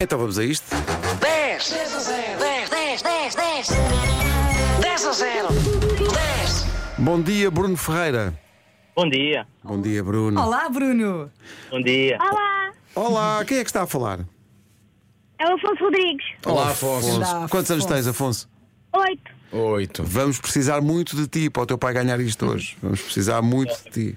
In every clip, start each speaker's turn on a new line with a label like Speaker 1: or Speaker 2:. Speaker 1: Então vamos a isto.
Speaker 2: 10 a 0. 10, 10, 10, 10. 10 a 0. 10.
Speaker 1: Bom dia, Bruno Ferreira.
Speaker 3: Bom dia,
Speaker 1: Bom dia, Bruno.
Speaker 4: Olá, Bruno!
Speaker 3: bom dia.
Speaker 4: Ah.
Speaker 5: Olá,
Speaker 1: Olá, quem é que está a falar?
Speaker 5: é o Afonso Rodrigues.
Speaker 6: Olá, Afonso. Então.
Speaker 4: Olá,
Speaker 1: Quantos anos
Speaker 4: Afonso.
Speaker 1: tens, Afonso?
Speaker 5: Oito.
Speaker 6: Oito.
Speaker 1: Vamos precisar muito de ti para o teu pai ganhar isto hoje. Vamos precisar muito de ti.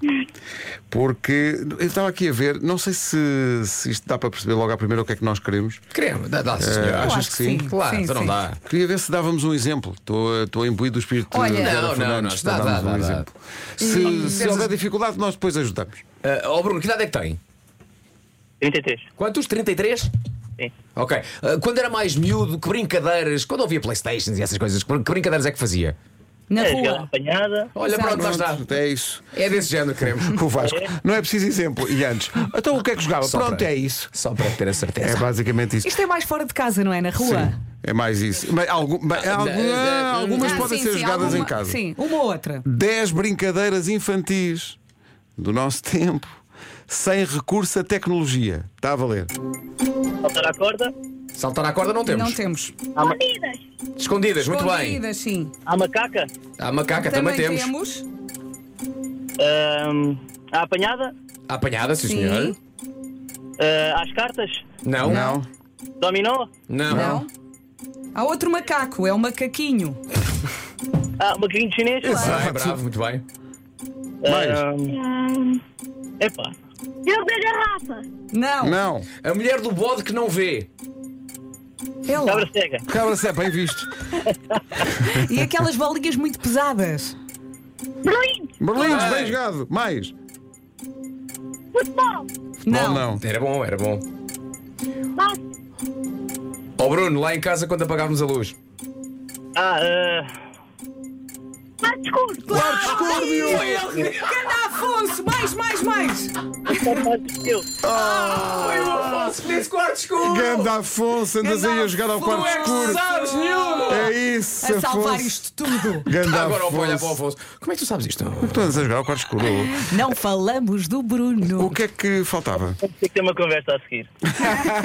Speaker 1: Porque eu estava aqui a ver, não sei se, se isto dá para perceber logo à primeira o que é que nós queremos.
Speaker 6: Creme, dá, dá
Speaker 1: Eh,
Speaker 6: senhor.
Speaker 1: achas
Speaker 4: acho
Speaker 1: que
Speaker 4: que
Speaker 1: sim?
Speaker 4: sim.
Speaker 6: Claro, então não
Speaker 4: sim.
Speaker 6: dá.
Speaker 1: Queria ver se dávamos um exemplo. Estou, estou imbuído do espírito
Speaker 4: Olha.
Speaker 1: de Vera
Speaker 6: Não, não,
Speaker 1: Fernandes,
Speaker 6: não,
Speaker 1: então
Speaker 6: dá,
Speaker 1: dávamos
Speaker 6: dá,
Speaker 1: um
Speaker 6: dá, dá.
Speaker 1: exemplo. Se,
Speaker 4: E-
Speaker 1: se houver dificuldade, nós depois ajudamos.
Speaker 6: Ah, Ó Bruno, que idade é que tem?
Speaker 3: 33.
Speaker 6: Quantos? 33?
Speaker 3: Sim.
Speaker 6: Ok. Ah, quando era mais miúdo, que brincadeiras, quando ouvia Playstations e essas coisas, que brin- que brincadeiras é que fazia?
Speaker 4: Na
Speaker 3: É, jogar
Speaker 4: rua.
Speaker 3: apanhada.
Speaker 6: Olha,
Speaker 4: Exato.
Speaker 6: pronto, lá está.
Speaker 1: É isso.
Speaker 6: É desse género, creme.
Speaker 1: Com o Vasco. Não é preciso exemplo. E antes. Então o que é que jogava?
Speaker 6: Só
Speaker 1: Pronto,
Speaker 6: para-
Speaker 1: é isso.
Speaker 6: Só para ter a
Speaker 1: É
Speaker 6: certeza.
Speaker 1: basicamente isso.
Speaker 4: Isto é mais fora de casa, não é? Na rua?
Speaker 1: Sim, é mais isso. Mas, algu- mas, algu-
Speaker 6: da-
Speaker 1: ah, algumas
Speaker 4: Ah,
Speaker 1: podem
Speaker 4: sim,
Speaker 1: ser
Speaker 4: sim,
Speaker 1: jogadas
Speaker 4: alguma-
Speaker 1: em casa.
Speaker 4: Sim, uma ou outra.
Speaker 1: 10 brincadeiras infantis do nosso tempo, sem recurso à tecnologia. Está a valer.
Speaker 3: Saltar à corda,
Speaker 6: Saltar à corda não temos.
Speaker 4: É. Não temos.
Speaker 5: Escondidas.
Speaker 6: Escondidas, muito bem.
Speaker 4: Escondidas, sim.
Speaker 3: à macaca,
Speaker 6: A macaca também, temos.
Speaker 4: temos.
Speaker 3: ahm, à hum, apanhada,
Speaker 6: A apanhada, sim,
Speaker 4: Sim.
Speaker 6: senhor.
Speaker 3: ah, às cartas,
Speaker 6: Não.
Speaker 1: Não?
Speaker 3: dominó,
Speaker 6: Não.
Speaker 4: Não. Há outro macaco, é o macaquinho.
Speaker 3: ah, macaquinho chinês.
Speaker 6: Bem,
Speaker 1: Exato.
Speaker 6: bravo, muito bem.
Speaker 1: Mais.
Speaker 3: ahm,
Speaker 5: Hum,
Speaker 3: epá,
Speaker 5: jogo da garrafa.
Speaker 4: Não.
Speaker 1: Não.
Speaker 6: A mulher do bode que não vê.
Speaker 4: É lá.
Speaker 3: cabra cega,
Speaker 1: Cabra-se, é bem visto.
Speaker 4: E aquelas bolinhas muito pesadas.
Speaker 5: Berlim.
Speaker 1: Berlindes,
Speaker 6: Bem.
Speaker 1: bem jogado. Mais.
Speaker 5: Futebol.
Speaker 4: Não.
Speaker 1: Não, não.
Speaker 6: Era bom, era bom.
Speaker 5: Bate.
Speaker 6: Ó Bruno, lá em casa quando apagávamos a luz.
Speaker 3: ah, ah,
Speaker 5: Bate escuro.
Speaker 4: Ganda Afonso, mais, mais, mais.
Speaker 3: eu,
Speaker 6: Foi o Afonso que disse quarto escuro!
Speaker 1: Ganda Afonso, andas aí a
Speaker 4: Ganda
Speaker 1: jogar ao
Speaker 4: Afonso.
Speaker 1: quarto escuro.
Speaker 6: Sabes, miúdo!
Speaker 1: É isso,
Speaker 4: A salvar
Speaker 1: Afonso.
Speaker 4: isto tudo.
Speaker 1: Ganda
Speaker 6: Agora olha para o
Speaker 1: Afonso.
Speaker 6: Afonso. Como é que tu sabes isto?
Speaker 1: Tu andas a jogar ao quarto escuro.
Speaker 4: Não falamos do
Speaker 1: O
Speaker 4: Bruno.
Speaker 1: que é que faltava?
Speaker 3: tenho que ter uma conversa a seguir.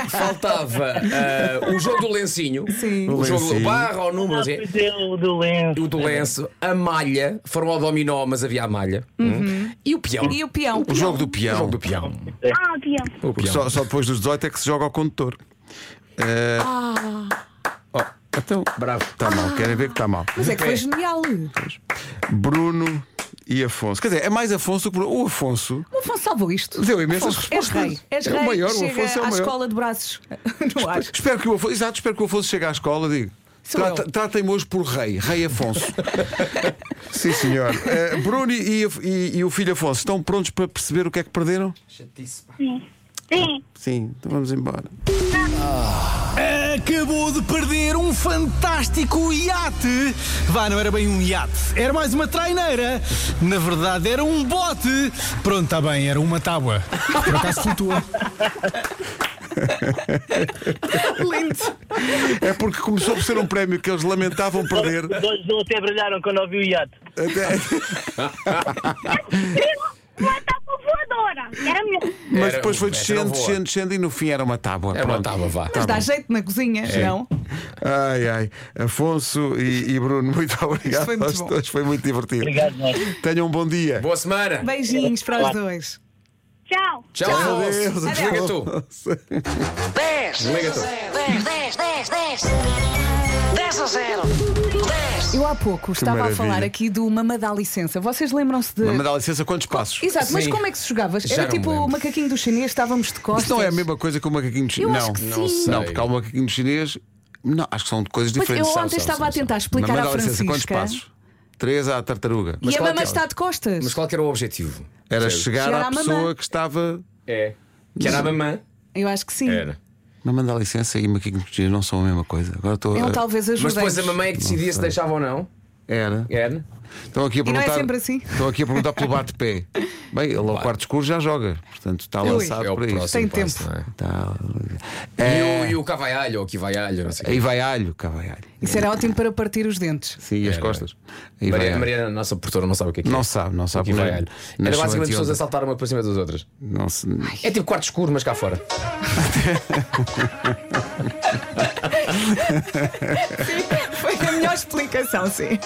Speaker 6: Faltava ah, o jogo do lencinho,
Speaker 4: Sim.
Speaker 6: o jogo
Speaker 1: Lencinho.
Speaker 6: do barra ou número,
Speaker 3: Ah,
Speaker 6: não sei.
Speaker 3: pois é, o do lenço.
Speaker 6: o do lenço, a malha, foram ao dominó, mas havia a malha. Hum. E o peão.
Speaker 4: E o peão.
Speaker 1: O jogo do
Speaker 6: O
Speaker 1: peão.
Speaker 6: jogo do peão.
Speaker 5: Ah, avião.
Speaker 6: O
Speaker 1: Porque
Speaker 6: peão.
Speaker 1: só, só depois dos 18 é que se joga ao condutor. Eh, oh, então, bravo. Está mal, querem ver que está mal.
Speaker 4: Mas é que foi genial.
Speaker 1: Bruno e Afonso. Quer dizer, é mais Afonso do que Bruno. O Afonso
Speaker 4: O Afonso salvou isto.
Speaker 1: deu imensas
Speaker 4: Afonso, és
Speaker 1: respostas.
Speaker 4: rei. És
Speaker 1: É o
Speaker 4: rei.
Speaker 1: maior, o
Speaker 4: chega
Speaker 1: Afonso é o
Speaker 4: à
Speaker 1: maior.
Speaker 4: escola de braços Tá no ar.
Speaker 1: Espero que o Afonso, exato, espero que o Afonso chegue à escola e diga.
Speaker 4: Sou
Speaker 1: "Trata-
Speaker 4: eu."
Speaker 1: Tratem-me hoje por rei, rei Afonso. Sim, senhor. Eh, Bruno e, e- e o filho Afonso estão prontos para perceber o que é que perderam?
Speaker 5: Sim. Sim.
Speaker 1: Sim, então vamos embora.
Speaker 7: Acabou de perder um fantástico iate. Vá, não era bem um iate, era mais uma traineira. Na verdade, era um bote. Pronto, está bem, era uma tábua. Por acaso flutua.
Speaker 1: É porque começou por ser um prémio que eles lamentavam perder.
Speaker 3: Os olhos dele até brilharam quando ouvi o iate.
Speaker 1: Até-
Speaker 5: Uma tapa voadora. Era melhor.
Speaker 1: Mas
Speaker 6: Era
Speaker 1: depois foi
Speaker 6: um- essa
Speaker 1: descendo,
Speaker 6: não voa.
Speaker 1: descendo, descendo e no fim era uma tábua.
Speaker 6: Era É uma
Speaker 1: Pronto. Tá.
Speaker 6: tábua, vá.
Speaker 4: Mas dá jeito na cozinha, não?
Speaker 1: Ai, ai. Afonso e, e Bruno, muito obrigado
Speaker 4: foi muito
Speaker 1: aos
Speaker 4: bom.
Speaker 1: dois. Foi muito divertido.
Speaker 3: Obrigado, nós.
Speaker 1: Tenham um bom dia.
Speaker 6: Boa semana.
Speaker 4: Beijinhos para os dois.
Speaker 5: Tchau.
Speaker 6: Tchau, Afonso.
Speaker 1: Adeus,
Speaker 6: Desliga tu.
Speaker 2: 10
Speaker 6: Liga tu.
Speaker 2: 10, 10, 10, 10. 10 a 0. 10.
Speaker 4: Eu há pouco estava
Speaker 1: maravilha.
Speaker 4: a falar aqui do Mamá dá licença. Vocês lembram-se de.
Speaker 1: Mas dá licença, quantos passos?
Speaker 4: Exato, mas
Speaker 6: Sim.
Speaker 4: como é que se jogava?
Speaker 6: Já
Speaker 4: Era
Speaker 6: não
Speaker 4: tipo
Speaker 6: me
Speaker 4: o
Speaker 6: lembro.
Speaker 4: macaquinho do chinês, estávamos de costas.
Speaker 1: Isso não é a mesma coisa que o macaquinho chinês.
Speaker 4: Eu
Speaker 1: Não,
Speaker 4: acho que
Speaker 6: Não
Speaker 4: sim.
Speaker 6: sei.
Speaker 1: não, porque há o macaquinho chinês. Não, acho que são coisas
Speaker 4: Mas eu
Speaker 1: diferentes.
Speaker 4: ontem
Speaker 6: são,
Speaker 4: estava
Speaker 6: são,
Speaker 4: a tentar explicar
Speaker 1: Mas
Speaker 4: à
Speaker 1: dá licença, quantos
Speaker 4: Francisca.
Speaker 1: passos? Três à tartaruga.
Speaker 4: E a
Speaker 6: qual é
Speaker 4: mamã
Speaker 6: que é?
Speaker 4: está de costas.
Speaker 6: Mas qual que era o objetivo?
Speaker 1: Era
Speaker 6: Sério?
Speaker 1: chegar
Speaker 4: Chegar
Speaker 1: à
Speaker 4: à mamã.
Speaker 1: pessoa que estava.
Speaker 6: É. Que era a mamã.
Speaker 4: Eu acho que sim.
Speaker 1: Não manda licença e macaquinho chinês não são a mesma coisa. Agora estou.
Speaker 4: É um
Speaker 1: a-
Speaker 4: talvez ajude.
Speaker 6: Mas depois a mamãe é que decidia se deixava ou não.
Speaker 1: Era.
Speaker 6: Era?
Speaker 1: Estão aqui a
Speaker 4: não é
Speaker 1: perguntar,
Speaker 4: sempre assim.
Speaker 1: Estão aqui a perguntar pelo bate-pé. Bem, ele ao quarto escuro já joga. Portanto, está lançado
Speaker 6: É o
Speaker 1: para isso.
Speaker 6: próximo
Speaker 4: Tem
Speaker 6: passo,
Speaker 4: tempo.
Speaker 6: não é?
Speaker 1: Tá.
Speaker 6: E o, e o cavaialho, ou que vaialho, não sei.
Speaker 1: Aí vai alho, cá vai alho.
Speaker 4: Isso era ótimo para partir os dentes.
Speaker 1: Sim, e as costas. Aí vai
Speaker 6: Maria,
Speaker 1: alho.
Speaker 6: Mariana, a nossa produtora, não sabe o que é que
Speaker 1: Não
Speaker 6: é.
Speaker 1: sabe, não
Speaker 6: O
Speaker 1: sabe.
Speaker 6: que vai alho.
Speaker 1: Nasceu
Speaker 6: Era basicamente
Speaker 1: anteontem.
Speaker 6: pessoas a saltar uma para cima das outras.
Speaker 1: Não se-
Speaker 6: É tipo quarto escuro, mas cá fora.
Speaker 4: Foi a melhor explicação, sim.